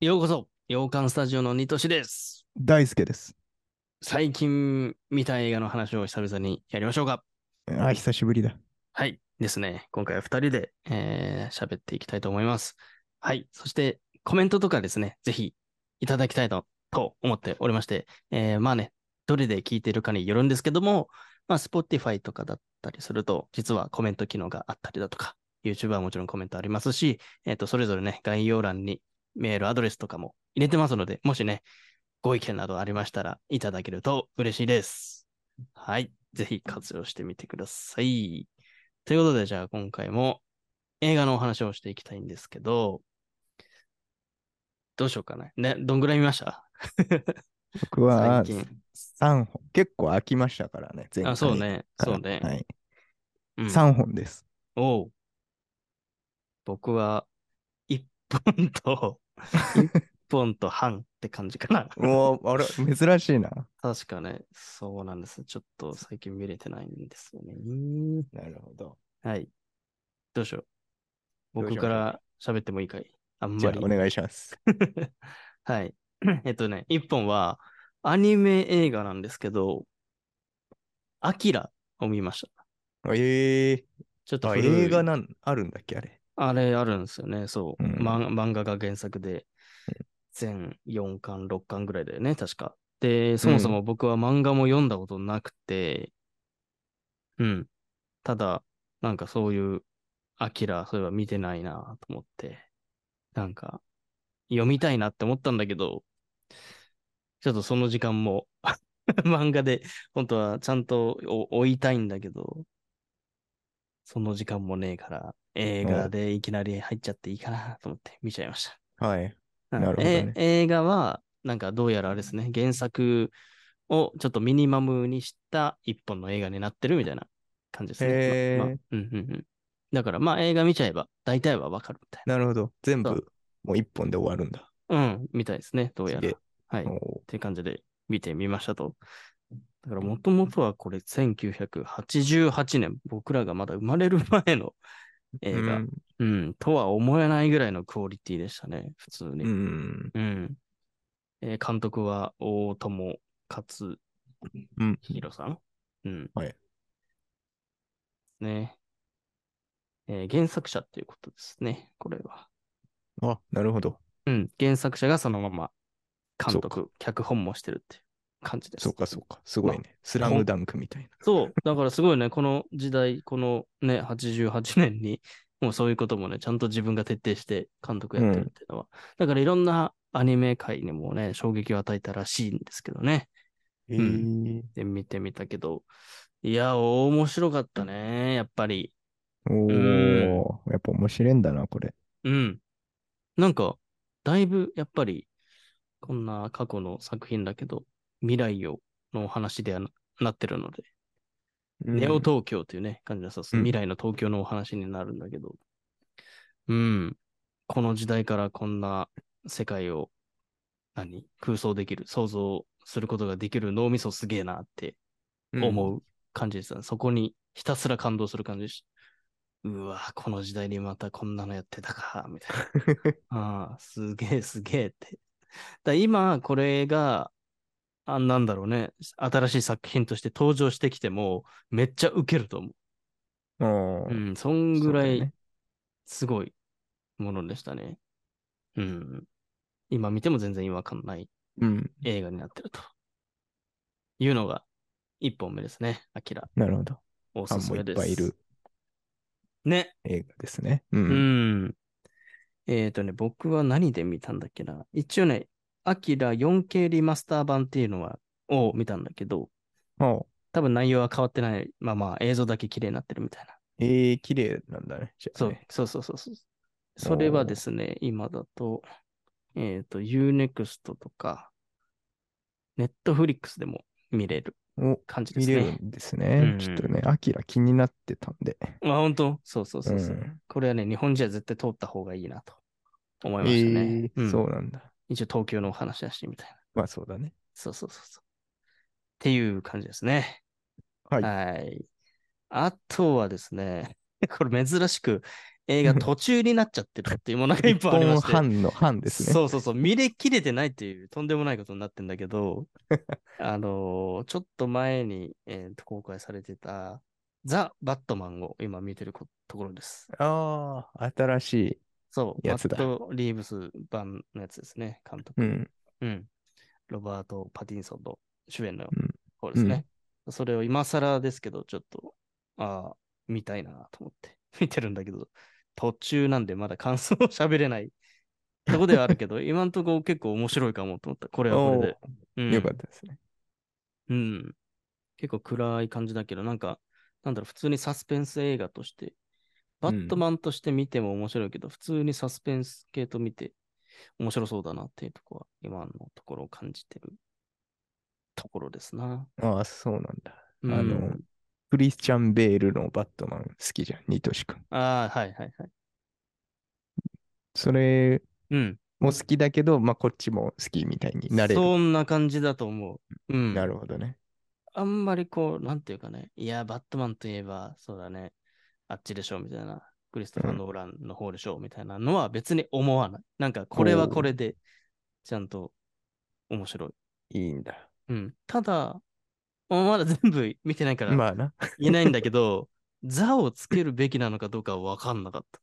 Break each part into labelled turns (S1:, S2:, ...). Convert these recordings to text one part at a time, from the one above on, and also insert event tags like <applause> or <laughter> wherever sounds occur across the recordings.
S1: ようこそ、洋館スタジオのニトシです。
S2: 大輔です。
S1: 最近見た映画の話を久々にやりましょうか。
S2: あ、久しぶりだ。
S1: はい。ですね。今回は2人で、えー喋っていきたいと思います。はい。そして、コメントとかですね、ぜひいただきたいとと思っておりまして、えーまあね、どれで聞いてるかによるんですけども、まあ、Spotify とかだったりすると、実はコメント機能があったりだとか、YouTube はもちろんコメントありますし、えっ、と、それぞれね、概要欄にメールアドレスとかも入れてますので、もしね、ご意見などありましたらいただけると嬉しいです。はい。ぜひ活用してみてください。ということで、じゃあ今回も映画のお話をしていきたいんですけど、どうしようかね。ね、どんぐらい見ました
S2: 僕は
S1: 最近。
S2: 3本。結構飽きましたからね、前回
S1: あ、そうね。
S2: から
S1: そうね。
S2: はい。
S1: うん
S2: 3本です。
S1: おう僕は、1本と、1本と半って感じかな。
S2: <laughs> おおあれ、珍しいな。
S1: 確かね、そうなんです。ちょっと最近見れてないんですよね。
S2: なるほど。
S1: はい。どうしよう。
S2: どう
S1: 僕
S2: しましょう
S1: から喋ってもいいかいあん
S2: じ
S1: ま
S2: ゃあ、
S1: り
S2: お。願いします。
S1: はい。えっとね、一本はアニメ映画なんですけど、アキラを見ました。
S2: え
S1: ちょっ
S2: ー、
S1: と
S2: あ
S1: 古い
S2: 映画なんあるんだっけ、あれ。
S1: あれあるんですよね、そう。
S2: うん
S1: 漫漫画が原作で、全4巻、6巻ぐらいだよね、確か。で、そもそも僕は漫画も読んだことなくて、うん。ただ、なんかそういう、アキラ、そういえば見てないなと思って、なんか、読みたいなって思ったんだけど、ちょっとその時間も、 <laughs> 漫画で、本当はちゃんとお追いたいんだけど、その時間もねえから、映画でいきなり入っちゃっていいかなと思って見ちゃいました。
S2: はい。
S1: うん
S2: なるほどね
S1: え映画は、なんかどうやらあれですね、原作をちょっとミニマムにした一本の映画になってるみたいな感じですね。
S2: へー
S1: まあまあうんうんうん。だからまあ映画見ちゃえば大体はわかるみたい
S2: なるほど。全
S1: そ
S2: 部、もう1本で終わるんだ。
S1: な。うん、みたいですね、どうや
S2: す
S1: ら
S2: げえ。
S1: はい。っ
S2: お
S1: ていう感じで見てみましたと。だからもともとはこれ1988年、僕らがまだ生まれる前の映
S2: ー
S1: 画、
S2: うん
S1: うん、とは思えないぐらいのクオリティでしたね、普通に。
S2: うん。
S1: うん。えー監督は大友克
S2: うん。
S1: 弘さん。うん。
S2: はい。
S1: ね。えー原作者っていうことですね、これは。
S2: あ、なるほど。
S1: うん。原作者がそのまま監
S2: そ
S1: 督、脚本もしてるっていう感じです。
S2: そうか、そうか。すごいね。スラムダンクみたいな。
S1: そう。だからすごいね、この時代、このね、88年に、もうそういうこともね、ちゃんと自分が徹底して監督やってるっていうのは。だからいろんなアニメ界にもね、衝撃を与えたらしいんですけどね。
S2: え
S1: う
S2: ー、
S1: で、見てみたけど、いや、面白かったね、やっぱり。
S2: おお、やっぱ面白いんだな、これ。
S1: うん。なんか、だいぶ、やっぱり、こんな過去の作品だけど、未来を、のお話ではななってるので、ネオ東京というね、感じのそうです
S2: うん
S1: 未来の東京のお話になるんだけど、うん。この時代からこんな世界を、何空想できる、想像することができる脳みそすげえなって
S2: うん
S1: 思う感じでした、ねそこにひたすら感動する感じでした。うわ、この時代にまたこんなのやってたか、みたいな。あ
S2: <laughs>
S1: あ、すげえすげえって。だ今、これが、あなんだろうね、新しい作品として登場してきても、めっちゃウケると思
S2: うん
S1: う。うん、そんぐら
S2: そうだよ
S1: い
S2: ね
S1: すごいものでしたね。うん。今見ても全然違和感ない
S2: うん。
S1: 映画になってると。いうのが、一本目ですね。アキラ、
S2: なるほど。
S1: お
S2: フ
S1: す
S2: ァン
S1: す
S2: もい
S1: め
S2: っ
S1: です。
S2: ぱいいる
S1: ね。
S2: 映画ですね。う。
S1: うんん。えっ、とね、僕は何で見たんだっけな。一応ね、アキラ 4K リマスター版っていうのは、を見たんだけど、
S2: おう
S1: 多分内容は変わってない。まあまあ、映像だけ綺麗になってるみたいな。
S2: えー、綺麗なんだね。じゃあ
S1: そう
S2: ね、
S1: そうそうそうそう。それはですね、今だと、えっ、と、Unext とか、Netflix でも見れる
S2: お、
S1: 感じで
S2: 見
S1: す
S2: れる
S1: ね。
S2: んです
S1: う
S2: ね
S1: ん。
S2: ちょっとね、アキラ気になってたんで。
S1: あ、本当そうそうそうそう、
S2: うん
S1: これはね、日本人は絶対通った方がいいなと思い
S2: え
S1: ましたねう
S2: ー。
S1: ん
S2: そうなんだ。
S1: 一応東京のお話だし、みたいな。
S2: まあそうだね。
S1: そうそうそうそう。っていう感じですね。
S2: は
S1: <laughs>
S2: い
S1: はい。あとはですね、これ珍しく映画途中になっちゃってるっていうものがいっ
S2: 一
S1: ぱいありま
S2: 本
S1: して。
S2: 半の半ですね。
S1: そうそうそう、見れきれてないっていう、とんでもないことになってんだけ
S2: <laughs>
S1: ど、あのーちょっと前に、えーと公開されてた、ザ・バットマンを今見てることころです。
S2: ああ、新しい。
S1: そう、
S2: やつだ
S1: マット・リーブス版のやつですね、監督。
S2: うん。
S1: うん。ロバート・パティンソンの主演の
S2: うん
S1: 方ですね。それを今更ですけど、ちょっと、ああ、見たいなと思って <laughs> 見てるんだけど、途中なんでまだ感想を喋れないとこではあるけ
S2: <laughs>
S1: ど、今んとこ結構面白いかもと思った。これはこれで。うん、
S2: よかったですね。
S1: うん。結構暗い感じだけど、なんか、なんだろう、普通にサスペンス映画として、バットマンとして見ても面白いけど、普通にサスペンス系と見て面白そうだなっていうとこは、今のところを感じてるところですな。
S2: ああ、そうなんだ。
S1: うん
S2: あのクリスチャン・ベールのバットマン好きじゃん、ニトシ君。
S1: ああ、はいはいはい。
S2: それ
S1: うん。
S2: も好きだけど、まあ、こっちも好きみたいになれる。
S1: そんな感じだと思う。うん。
S2: なるほどね。
S1: あんまりこう、なんていうかね、いや、バットマンといえば、そうだね、あっちでしょ、みたいな、クリストファー・
S2: うん
S1: ノーランの方でしょ、みたいなのは別に思わない。なんか、これはこれで、ちゃんと面白い。
S2: いいんだ。
S1: うん。ただ、まあまだ全部見てないから
S2: まあな。
S1: 言えないんだけど、座をつけるべきなのかどうかは分かんなかった。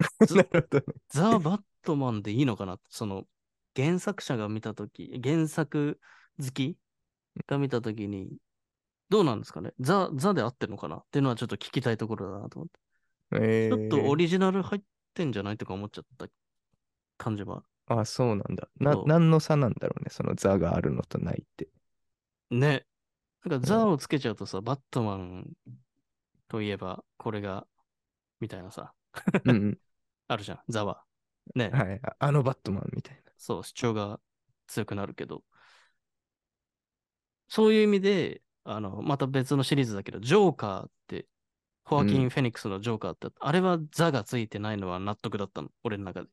S1: <laughs> ず
S2: <laughs> なるほどね。
S1: ザ・バットマンでいいのかなその原作者が見たとき、原作好きが見たときに、どうなんですかねザ・ザで合ってるのかなっていうのはちょっと聞きたいところだなと思って。
S2: え
S1: ちょっとオ
S2: り。
S1: リジナル入ってんじゃないとか思っちゃった感じは。
S2: あ、そうなんだ。な
S1: そ、う
S2: 何の差なんだろうね。その座があるのとない
S1: <laughs>
S2: って。
S1: ね。なんかザをつけちゃうとさ、バットマンといえばこれが、みたいなさ、
S2: うん
S1: あるじゃん、ザは。ね。
S2: うん。はい。ああのバットマンみたい
S1: そう、主張が強くなるけど、そういう意味で、あの、また別のシリーズだけど、ジョーカーって、ホアキ
S2: う
S1: ン・フェニックスのジョーカーって、あれはザがついてないのは納得だったの、俺の中で。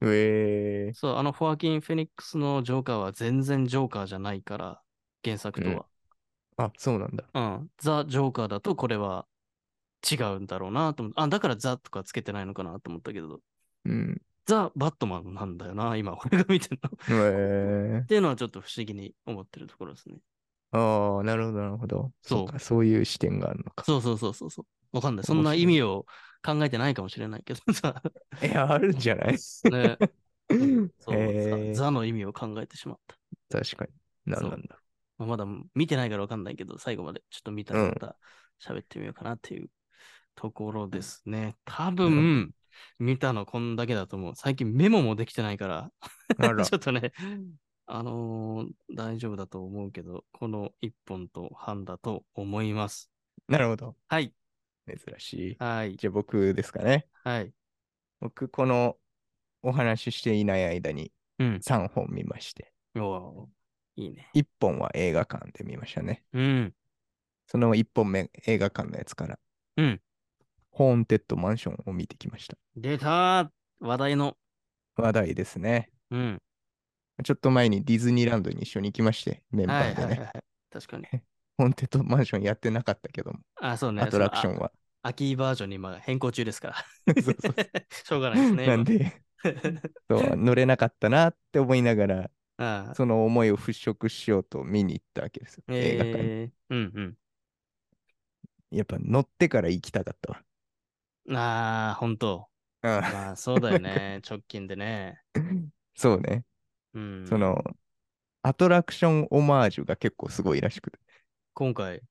S2: な。ええ
S1: そう、あのホアキン・フェニックスのジョーカーは全然ジョーカーじゃないから、原作とは。
S2: あ、そうなんだ。
S1: うん、ザ・ジョーカーだとこれは違うんだろうなと思って、あ、だからザとかつけてないのかなと思ったけど、
S2: うん。
S1: ザ・バットマンなんだよな、今俺が見てるの。っ
S2: ええ
S1: ていうのはちょっと不思議に思ってるところですね。
S2: ああ、なるほど、なるほど。
S1: そう
S2: そうか、そういう視点があるのか。
S1: そうそうそうそうそう。わかんない。そん
S2: 面
S1: な
S2: 白い
S1: 意味を考えてないかもしれないけど <laughs>
S2: <laughs>
S1: さ。
S2: いや、あるんじゃない
S1: ね、
S2: <laughs>
S1: そう、
S2: えー
S1: ザ。ザの意味を考えてしまった。
S2: 確かに。何なんだ
S1: まあまだ見てないからわかんないけど、最後までちょっと見たら
S2: うん
S1: また喋ってみようかなっていうところですね。多
S2: な
S1: 分、見たのこんだけだと思う。最近メモもできてないから、
S2: あ
S1: <laughs>
S2: ら
S1: ちょっとね、あのー大丈夫だと思うけど、この一本と半だと思います。
S2: なるほど。
S1: はい、
S2: 珍しい。
S1: はい、
S2: じゃあ僕ですかね。
S1: はい。
S2: 僕、このお話ししていない間に
S1: うん。
S2: 3本見まして、
S1: おーいいね。
S2: 1本は映画館で見ましたね。
S1: うん。
S2: その1本目、映画館のやつから、
S1: うん。
S2: ホーンテッドマンションを見てきました。
S1: 出たー話題の。
S2: 話題ですね。
S1: うん。
S2: ちょっと前にディズニーランドに一緒に行きまして、メンバ
S1: はい
S2: ー
S1: はいは
S2: で
S1: い
S2: ね。
S1: はい。確かに。
S2: ホーンテッドマンションやってなかったけども、
S1: あ、そうね。
S2: アトラクショ
S1: そ
S2: ン
S1: の。
S2: は。
S1: あ秋バージョンに今変更中ですから。
S2: <laughs> そうそう
S1: <laughs> しょうがないですね。
S2: なんで、
S1: 今
S2: そう乗れなかったなって思いながら、
S1: ああ
S2: その思いを払拭しようと見に行ったわけですよ。映画館に。
S1: えー、うん
S2: やっぱ乗ってから行きたかったわ。
S1: うん。ああ、本当。
S2: ああ
S1: まあそうだよ
S2: <laughs>
S1: ね。直近でね。
S2: そうね。
S1: うん。
S2: その、アトラクションオマージュが結構すごいらしくて。
S1: 今回。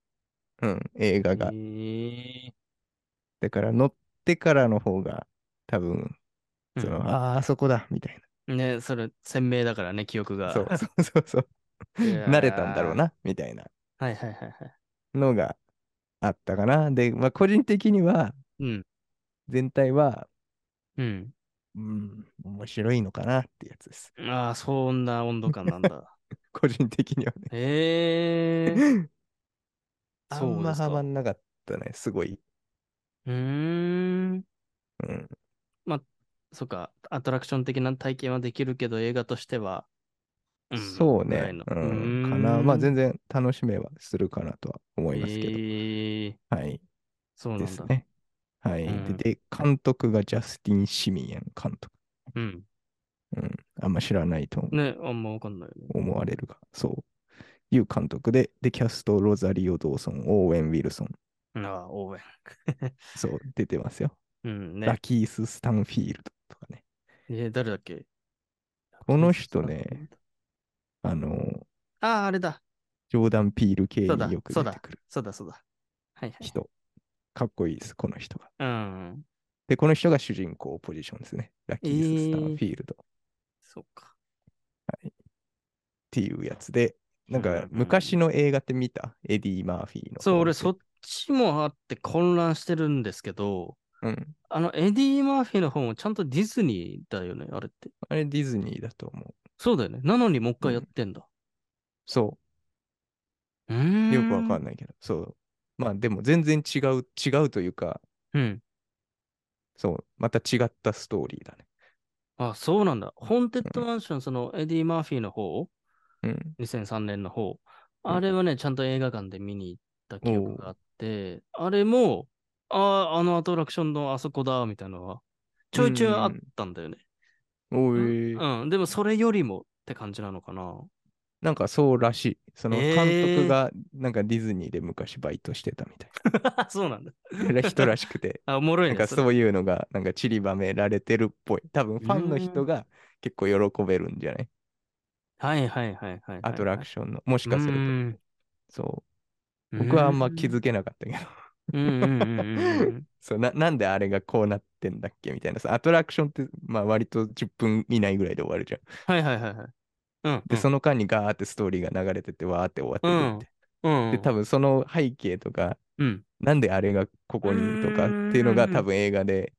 S2: うん、映画
S1: え。
S2: が
S1: ー
S2: だから乗ってからの方が、多分、
S1: うん
S2: その、ああ、あそこだ、みたい
S1: ね、それ鮮明だからね、記憶
S2: な。
S1: が。
S2: <laughs> そうそうそうそう。
S1: いやー
S2: 慣れたんだろうな、みたいな
S1: はいはいはいはい。
S2: のがあったかな。で、まあ、個人的には、
S1: うん。
S2: 全体は、
S1: うん。
S2: うん、面白いのかなってやつです。
S1: ああ、そんな温度感なん
S2: <laughs>
S1: だ。
S2: 個人的には <laughs> ね。
S1: ええー。
S2: あ
S1: そうんで
S2: ます
S1: か
S2: ハマんなかったね、すごい。
S1: うーん。
S2: うん、
S1: そっか、アトラクション的な体験はできるけど、映画としては。ん
S2: そう
S1: ぐら
S2: ね
S1: いの。
S2: うん、かな。まあ、
S1: 然
S2: 全然楽しめはするかなとは思いますけど。
S1: えー
S2: はい。
S1: そうなん
S2: で
S1: だ。
S2: すね。はい、
S1: うん
S2: で。で、監督がジャスティン・シミエン監督。
S1: うん。
S2: あんま知らないと
S1: ね、あんまわかんないよね。
S2: 思われるが、そう。いう監督で、で、キャスト、ロザリオ・ドーソン、オーウェン・ウィルソン。
S1: ああ、応援。
S2: そう、出てますよ。
S1: うん
S2: ラ
S1: ね。
S2: キース・スタンフィールドとかね。
S1: えー誰だっけ
S2: この人ね。あの、
S1: ああ、あれだ。
S2: ジョーダン・ピール系
S1: そうだ
S2: によく出てくる
S1: そうだ、そうだ。はいはい。
S2: 人。かっこいいです、この人が。
S1: うん。
S2: で、この人が主人公ポジションですね。ラキース・スタンフィールドっ
S1: そうか。
S2: ていうやつで、な
S1: う
S2: ん
S1: んうんう
S2: か
S1: ん
S2: 昔の映画って見たエディ・マーフィーの。
S1: そう、俺、そっちもあって混乱してるんですけど、
S2: うん。
S1: あの、エディ・マーフィーの方もちゃんとディズニーだよね、あれって。
S2: あれディズニーだと思う。
S1: そうだよね。なのにもう一回やってんだ。
S2: そう
S1: ー
S2: う。
S1: ん。
S2: よくわかん
S1: い。
S2: ないけど。そう。まあでも全然違う、違うというか、
S1: うん。
S2: そう。また違ったストーリーだね。
S1: あ、そうなんだ。ホーンテッドマンション、その、エディ・マーフィーの方、
S2: うん。
S1: 2003年の方、
S2: うん
S1: あれはね、ちゃんと映画館で見に行った記憶があって、あれも、ああ、あのアトラクションのあそこだ、みたいなのは、ちょいちょいあったんだよね。
S2: おい、
S1: うん、でもそれよりもって感じなのか
S2: <laughs>
S1: な。
S2: なんかそうらしい。その
S1: え
S2: 監
S1: ー
S2: 督がなんかディズニーで昔バイトしてたみた
S1: そうなんだ。<laughs>
S2: いな人らしくて、
S1: あ、おもろい
S2: な
S1: ね。
S2: んか
S1: そ
S2: そういうのがなんか散りばめられてるっぽい。多分ファンの人が結構喜べるんじゃない
S1: れはいはいはいはいはい。
S2: アトラク
S1: シ
S2: ションの。もしかすると。そう。
S1: ョ
S2: 僕はあんま気づけなかったけど。 <laughs>
S1: うんうんうんうんうん
S2: そうななんであれがこうなってんだっけみたいなさ。アトラクションって、まあ、割と10分以内ぐらいで終わるじゃん。
S1: はいはいはいはい。うん。
S2: で、その間にガーってストーリーが流れてて、わーって終わってるって。
S1: うん。
S2: で、多
S1: 分、
S2: 分その背景とか、
S1: うん。
S2: なんであれがここにとかっていうの
S1: う
S2: が
S1: ーん
S2: 多分映画で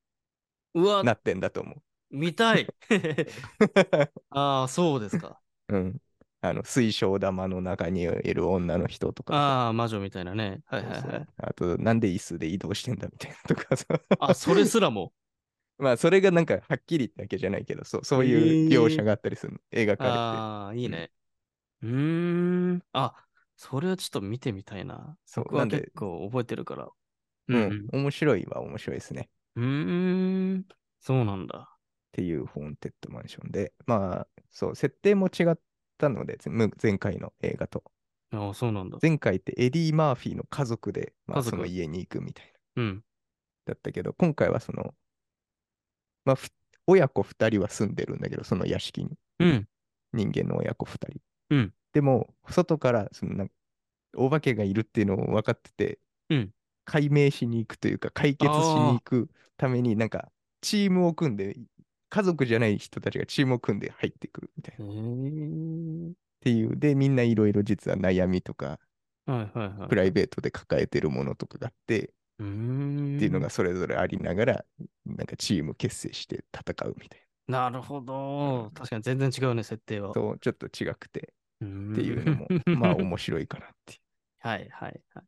S1: うわ、
S2: なってんだと思
S1: 見た
S2: <laughs>
S1: い。ああ、そうですか。
S2: う。うん。あの、水晶玉の中にいる女の人とか
S1: ああ、魔女みたいなね。はい
S2: さ。
S1: はい
S2: そ
S1: は
S2: うそう
S1: い。
S2: あと、なんで椅子で移動してんだみたいなとかさ。
S1: あ、それすらも。
S2: <laughs> まあ、それがなんかはっきりってわけじゃないけど、そうそういう描写があったりするの。映画化って。
S1: ああ、いいね。うーん。あ、それはちょっと見てみたいな。
S2: そう
S1: 僕
S2: な
S1: は
S2: んで
S1: 結構覚えてるから。
S2: うん。面白いは面白いですね。っ
S1: うん。うーん。そうなんだ。
S2: ていうホーンテッドマンションで。まあ、そう、設定も違ったので、ぜむ前回の映画と。
S1: ああ、そうなんだ。
S2: 前回ってエディ・マーフィーの家族で、ま
S1: 家
S2: あ、
S1: 族
S2: その家に行くみたいな。
S1: うん。
S2: だったけど、今回はその、まあ、ふ親子2人は住んでるんだけど、その屋敷に。
S1: うん。
S2: 人間の親子2人。
S1: うん
S2: でも、外からそのなんかお化けがいるっていうのを分かってて、
S1: うん
S2: 解明しに行くというか、解決しに行くために、なんか、チームを組んで、家族じゃない人たちがチームを組んで入ってくるみたい
S1: へ
S2: な。っ
S1: ー
S2: ていう、で、みんないろいろ実は悩みとか、
S1: はいはいはい。
S2: プライベートで抱えてるものとかがあって、
S1: うーん。
S2: っていうのが。それぞれありながら、なんかチーム結成して戦うみたいな。
S1: なるほど。確かに全然違うね、設定は。
S2: とちょっと違くて
S1: っ
S2: っていうの
S1: <laughs>
S2: も、まあ面白いかなってい
S1: はいはいはい。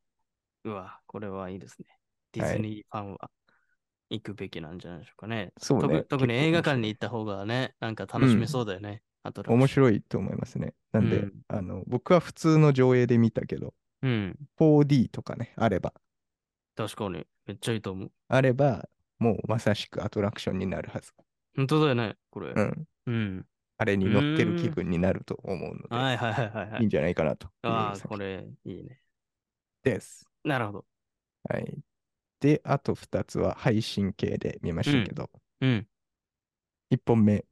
S1: うわ、これはいいですね。ディ
S2: はい
S1: ズニーファンは行くべきなんじゃないでしょうかね。
S2: う。そうね。
S1: 特特に
S2: 結構
S1: 映画館に行った方がね、なんか楽しめそうだよね。あと
S2: 面白いと思いますね。なんで、
S1: うん
S2: あの僕は普通の上映で見たけど、
S1: うん。
S2: 4D とかね、あれば、
S1: 確かに。めっちゃいいと思う。
S2: あれば、もうまさしくアトラクションになるはず。
S1: 本当だよね、これ
S2: う。ん。
S1: うん。
S2: あれに乗ってる気分になると思うので、
S1: はいはいはいはいはい
S2: い
S1: い
S2: ん。じゃないかなと。
S1: ああ、
S2: 作
S1: これいいね。
S2: 品です。
S1: なるほど。
S2: はい。で、あと2つは配信系で見ましたけど、
S1: うん。
S2: 1本目、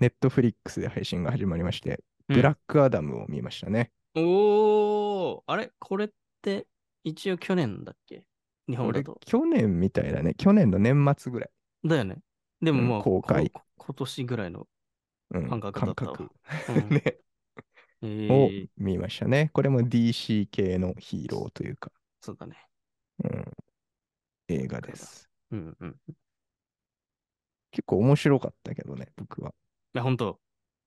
S2: Netflix で配信が始まりまして、
S1: うん
S2: ブラックアダムを見ましたね。
S1: おー、あれこれって一応去年だっけ日本だ
S2: 俺
S1: と。
S2: 去年みたいだね。去年の年末ぐらい。
S1: だよね。でも
S2: うん
S1: まあ、
S2: 公開
S1: こ今年ぐらいの
S2: うん
S1: 感覚だったわ。
S2: 感
S1: うん
S2: 覚 <laughs> ね、
S1: え
S2: を
S1: ー
S2: 見ましたね。これも DC 系のヒーローというか、
S1: そうだね。
S2: うん、映画です。
S1: うんうん。い
S2: 結構面白かったけどね、僕は。
S1: や、ほんと、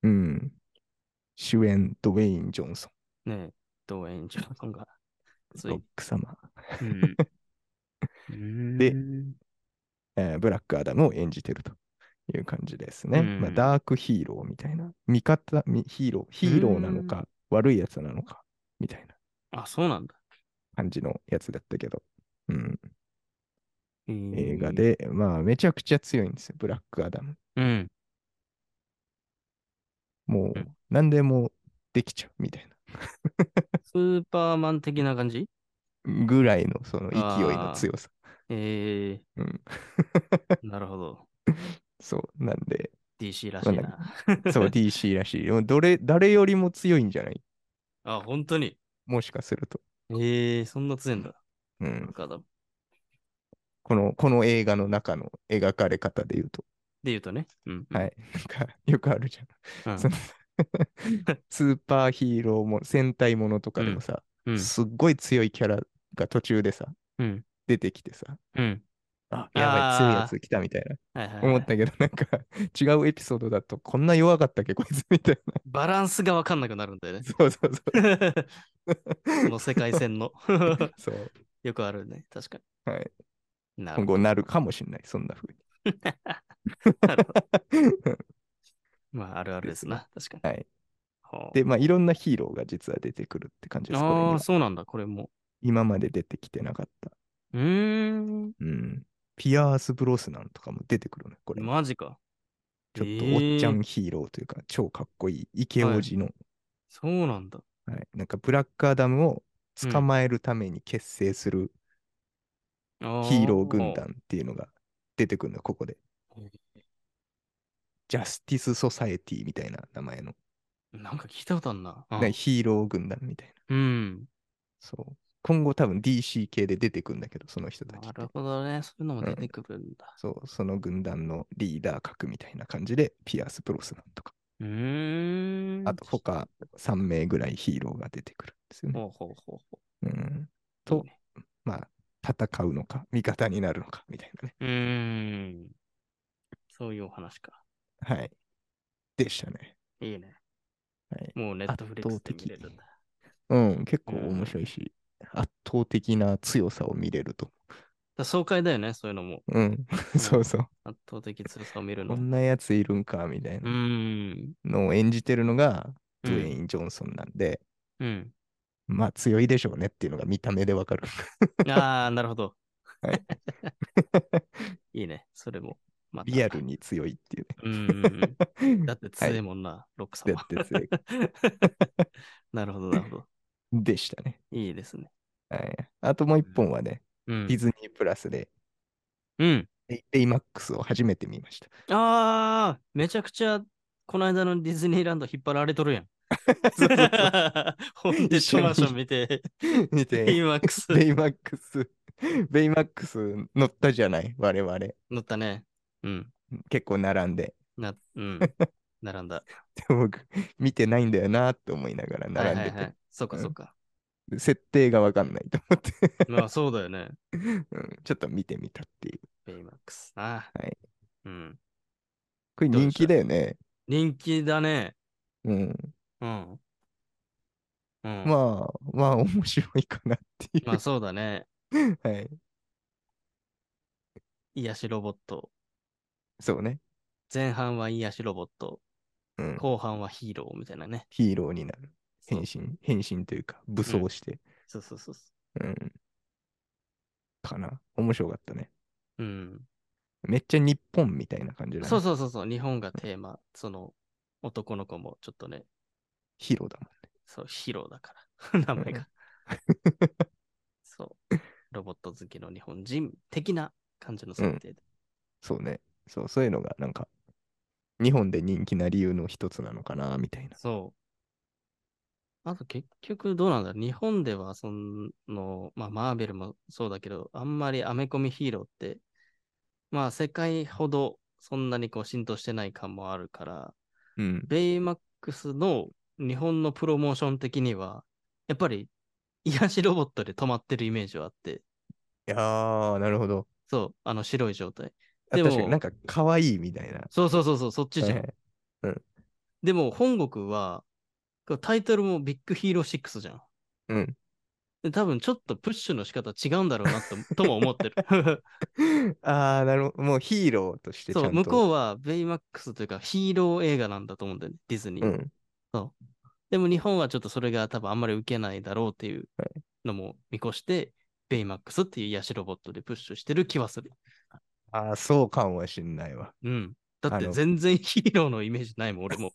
S2: うん。主演、ドウェイン・ジョンソン、
S1: ねえ、ドウェイン・ジョンソンが。そうい
S2: ロック様、
S1: うんうん。
S2: <laughs> で
S1: うーん
S2: えーブラック・アダムを演じてるという感じですね。
S1: うん
S2: まあ、ダークヒーローみたいな。味方、みヒーロー、ヒーローなのか、悪いやつなのか、みたいな
S1: あ、そうなんだ。
S2: 感じのやつだったけど。うん。
S1: え
S2: 映画。で、まあ、めちゃくちゃ強いんですよ、ブラックアダム。
S1: うん。
S2: もう
S1: うん、
S2: 何でもできちゃうみたい
S1: スーパーマン的な感じ
S2: な。ぐらいの、その勢いの
S1: あー
S2: 強さ。
S1: え
S2: うん。
S1: ー、なるほど。
S2: そう、なんで、
S1: DC らしい
S2: まあ
S1: な。
S2: そう、DC らしい。もうどれ、誰よりも強いんじゃない
S1: あ、本当に。
S2: もしかすると。
S1: えー、そんな強いんだ。
S2: う
S1: なん
S2: ん。
S1: かだ。で
S2: この、この映画の中の描かれ方で言うと。
S1: 言うとね。うん。
S2: はいなんか、よくあるじゃん。
S1: うん
S2: そのスーパーヒーローも戦隊ものとかでもさ、
S1: うん。
S2: すっごい強いキャラが途中でさ、
S1: うん。
S2: 出てきてさ、
S1: うん。
S2: あ、やばい、強いやつ来たみたいな
S1: はいはいはい、
S2: 思ったけど、なんか違うエピソードだとこんな弱かったっけ、こいつみたいな。
S1: バランスがわかんなくなるんだ
S2: <laughs>
S1: よね。 <laughs>
S2: そうそうそ
S1: この世界線の。 <laughs>
S2: う。そう。
S1: よくあるね。確か
S2: はい。
S1: に。なる
S2: 今後なるかもしれない、そんな風
S1: <laughs> なるほど。
S2: に。
S1: まあ、あるあるですな。確かに。
S2: はい。
S1: ほう
S2: <laughs> で、まあ、いろんなヒーローが実は出てくるって感じです。これに
S1: あ
S2: は
S1: あ、そうなんだ、これも。
S2: 今まで出てきてなかった。
S1: うーん。
S2: うん。ピアース・ブロスナンとかも出てくるね、これ。
S1: マジか。
S2: ちょっとおっちゃんヒーローというか、超かっこいい、イケオジの、
S1: そうなんだ。
S2: はいなんかブラックアダムを捕まえるために結成する
S1: ヒ
S2: ヒーロー軍。団っていうのが出てくるの、ここで
S1: へえ。
S2: ジャスティス・ソサエティみたいな名前の、
S1: なんか聞いたことあるな。
S2: なんかヒーロー軍団みたいな。
S1: うん。
S2: そう。今後多分 DC 系で出てくるんだけど、その人たち
S1: な
S2: って
S1: るほどね。そういうのも出てくるんだ。
S2: そう、その軍団のリーダー格みたいな感じで、ピアース・ブロスナンとか、
S1: うーん。
S2: あと他3名ぐらいヒーローが出てくるんですよね。
S1: ほうほうほうほ
S2: うん、
S1: う。
S2: と
S1: いいね
S2: まあ、戦うのか、味方になるのか、みたいなね。
S1: うーん。そういうお話か。
S2: はい。でしたね。
S1: いいね。
S2: はい
S1: もうネットフリックスで見れるんだ。
S2: うん、結構面白いし、圧倒的な強さを見れると。
S1: だ爽快だよね、そういうのも。
S2: うん、 <laughs> そうそう。
S1: 圧倒的強さを見るの
S2: こ
S1: も。。
S2: んなやついるんか、みたいうなんのを演じてるのが、
S1: う
S2: ドウェイ
S1: ん。
S2: ン・ジョンソンなんで、
S1: うん。
S2: まあ強いでしょうねっていうのが見た目でわ
S1: <laughs>
S2: かる。
S1: ああ、なるほど。
S2: はい
S1: <laughs> いいね、それも。また
S2: リアルに強いっていう
S1: うんうんうん。 <laughs>
S2: ね。
S1: だって強いもんな、ロックさん
S2: だ
S1: は
S2: っ。て強い
S1: なるほど、なるほど。
S2: でしたね。
S1: いいですね。
S2: はい。あともう一本はね、
S1: うん
S2: ディ。ズニープラスで、
S1: うん、
S2: レイマックスを初めて見ました。
S1: <laughs> ああ、めちゃくちゃ、この間のディズニーランド引っ張られとるや
S2: <laughs>
S1: ん。 <laughs>
S2: そうそう
S1: ホーンテッドマンション見て、
S2: そう
S1: <laughs> ベ
S2: 見
S1: イ
S2: て、
S1: マックス
S2: ベイマックス、ベイマックス乗ったじゃない、我々。
S1: 乗ったね。うん。
S2: 結構並んで。
S1: な、うん。
S2: <laughs>
S1: 並んだ。
S2: で僕、見てないんだよなと思いながら
S1: はい
S2: 並ん
S1: は
S2: で
S1: い
S2: て、
S1: はい。そうかそうか。
S2: 設定がわかんないと思って、
S1: まあそうだよね。
S2: うんちょっと見てみたっていう。
S1: ベイマックスな。
S2: はい。
S1: うん。
S2: これ
S1: どうで
S2: 人
S1: した
S2: 気だよね。
S1: 人気だね。
S2: うん、
S1: うん。うん。まあ、
S2: まあ、まあ、 <laughs> 面白いかなっていう。
S1: そうだね。
S2: <laughs> はい。
S1: 癒しロボット。
S2: そうね。
S1: 前半は癒しロボット。
S2: うん、
S1: 後半はヒーローみたいなね。
S2: ヒーローになる。
S1: そ
S2: 変
S1: う
S2: 身、変身というか、武装して。
S1: そうそうそうそ
S2: うん。かな。面白かったね。
S1: う。うん。
S2: めっちゃ日本みたいな感じだね。
S1: そうそうそうそう。日本がテーマ。その男の子もちょっとね、
S2: ヒーローだもん。
S1: そう、ヒーローだから。名 <laughs> 前
S2: うん
S1: が。そう。ロボット好きの日本人的な感じの設定で。
S2: そうね。そう、そういうのがなんか、日本で人気な理由の一つなのかな、みたいな。
S1: そう。あと結局どうなんだろう日本ではその、まあマーベルもそうだけど、あんまりアメコミヒーローって、まあ世界ほどそんなにこう浸透してない感もあるから、
S2: うん。
S1: ベイマックスの日本のプロモーション的には、やっぱり癒しロボットで止まってるイメージはあって、
S2: いやー、なるほど。
S1: そう、あの白い状態。
S2: あ
S1: でも
S2: 確かになんか可愛いみたいな。
S1: そうそうそうそう、そっちじゃん。
S2: はい <laughs> はい
S1: でも本国は、こうタイトルもビッグヒーロー6じゃん。
S2: うん。
S1: で多分ちょっとプッシュの仕方違うんだろうなと
S2: <laughs>
S1: とも思ってる。
S2: あー、なるほど。もうヒーローとしてちゃん
S1: そ
S2: と。
S1: う、向こうはベイマックスというかヒーロー映画なんだと思うんだよね、ディズニー。
S2: うん。
S1: でも日本はちょっとそれが多分あんまり受けないだろうっていうのも見越して、ベイマックスっていう癒しロボットでプッシュしてる気はする。
S2: ああ、そうかもしんないわ。
S1: うん。だって
S2: あの
S1: 全然ヒーローのイメージないもん、俺
S2: <laughs>
S1: も。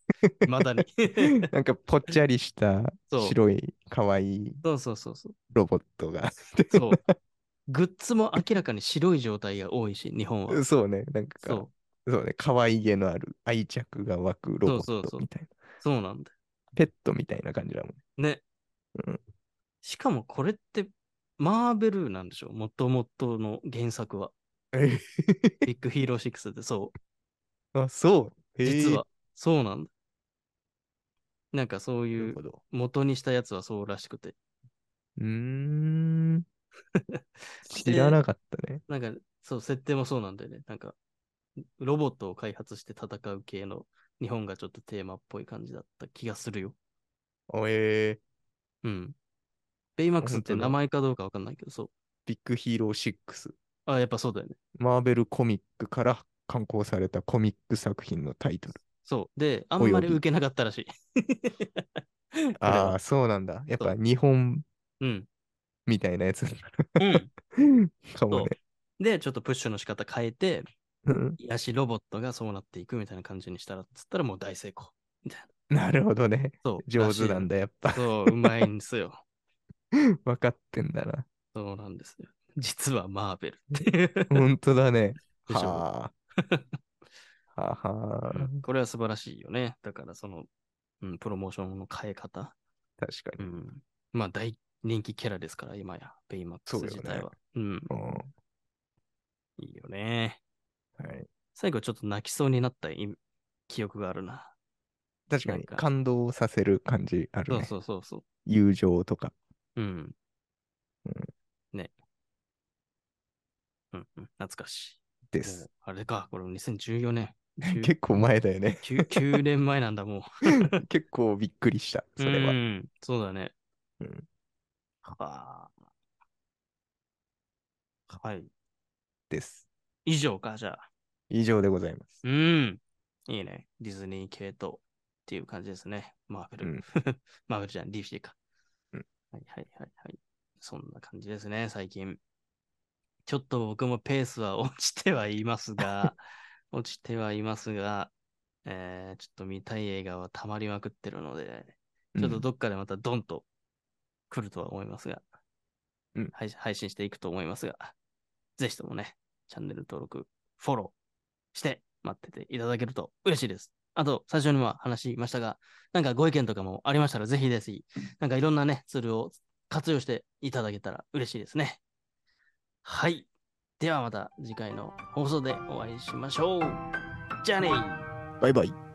S1: まだに。 <laughs>
S2: なんかぽっちゃりした
S1: そう
S2: 白い可愛い
S1: そうそうそうそう。
S2: ロボットが。
S1: そう。グッズも明らかに白い状態が多いし、日本は。
S2: そうね、なんか
S1: そう。
S2: そうね、可愛げのある愛着が湧くロボ
S1: そうそ
S2: ッ
S1: うそ
S2: ト
S1: う
S2: みたいな。
S1: そうなんだ
S2: ペットみたいな感じだもんね。 <laughs>
S1: よ。ね。
S2: うん
S1: しかもこれって、マーベルなんでしょもともとの原作は。ビッグヒーロー6でそう。
S2: あ、そう。へえ
S1: 実は。。そうなんだ。なんかそう
S2: ないる
S1: う
S2: ほど。
S1: 元にしたやつはそうらしくて。
S2: うーん。知らなかったね。
S1: なんかそう、設定もそうなんだよね。なんかロボットを開発して戦う系の日本がちょっとテーマっぽい感じだった気がするよ。
S2: おえー、
S1: うん。ベイマックスっ
S2: 本
S1: て
S2: 当だ
S1: 名前かどうかわかんないけど、そう。
S2: ビッグヒーロー6。
S1: あ、やっぱそうだよね。
S2: マーベルコミックから刊行されたコミック作品のタイトル。
S1: そう。で、あんまり受けなかったらしい。 <laughs> これ
S2: あ
S1: は
S2: あ、そうなんだ。やっ
S1: そ
S2: ぱ日本
S1: うん。
S2: みたいなやつ <laughs>
S1: うん。
S2: かもね。
S1: で、ちょっとプッシュの仕方変えて、
S2: うん
S1: 癒しロボットがそうなっていくみたいな感じにしたら、つったらもう大成功。
S2: <laughs> なるほどね。
S1: そう。
S2: 上手なん
S1: だ。
S2: だ、やっぱ。 <laughs>
S1: そう、うまいんですよ。 <laughs>
S2: 分かってんだな。
S1: そうなんですよ。実はマーベルって
S2: <laughs>
S1: いう。
S2: ほんとだね。
S1: でしょ
S2: はあ。はあはあ。
S1: これは素晴らしいよね。だからその、うん、プロモーションの変え方。
S2: 確か
S1: う
S2: に。
S1: ん。まあ大人気キャラですから、今や、ベイマック
S2: そ
S1: ス
S2: うだよね
S1: 自体は。うん。
S2: うんはい
S1: いいよね。最後ちょっと泣きそうになったい記憶があるな。
S2: 確か
S1: なん
S2: に
S1: か
S2: 感動させる感じある
S1: そう
S2: ね。
S1: そうそうそ
S2: 友情とか。
S1: う。うん。
S2: う
S1: ね。うんうん、懐かし
S2: で
S1: い。も
S2: す
S1: う。あれか、これ2014年。9,
S2: <laughs> 結構前だ
S1: <laughs>
S2: よね。
S1: 9, 年前なんだ、もう。
S2: 結構びっくりした。 <laughs> それ
S1: う
S2: は。
S1: ん、そうだね。
S2: うん
S1: はあ。はい。
S2: です。
S1: 以上か、じゃあ。
S2: 以上でございます。
S1: うん。いいね。ディズニー系とっていう感じですね。マーベル。 <laughs>
S2: うん
S1: マーベルじゃん、DC か。
S2: うん
S1: はいはいはいはい。そんな感じですね、最近。ちょっと僕もペースは落ちてはいますが、
S2: <laughs>
S1: 落ちてはいますが、えー、ちょっと見たい映画はたまりまくってるので、ちょっ
S2: う
S1: と
S2: ん
S1: どっかでまたドンと来るとは思いますが、
S2: うん
S1: 配信配信していくと思いますが、ぜひともね、チャンネル登録、フォローして待ってていただけると嬉しいです。あと、最初にも話しましたが、なんかご意見とかもありましたら、ぜひぜひ、なんかいろんなね、ツールを活用していただけたら嬉しいですね。はい。ではまた次回の放送でお会いしましょう。じゃあねー
S2: バイバイ。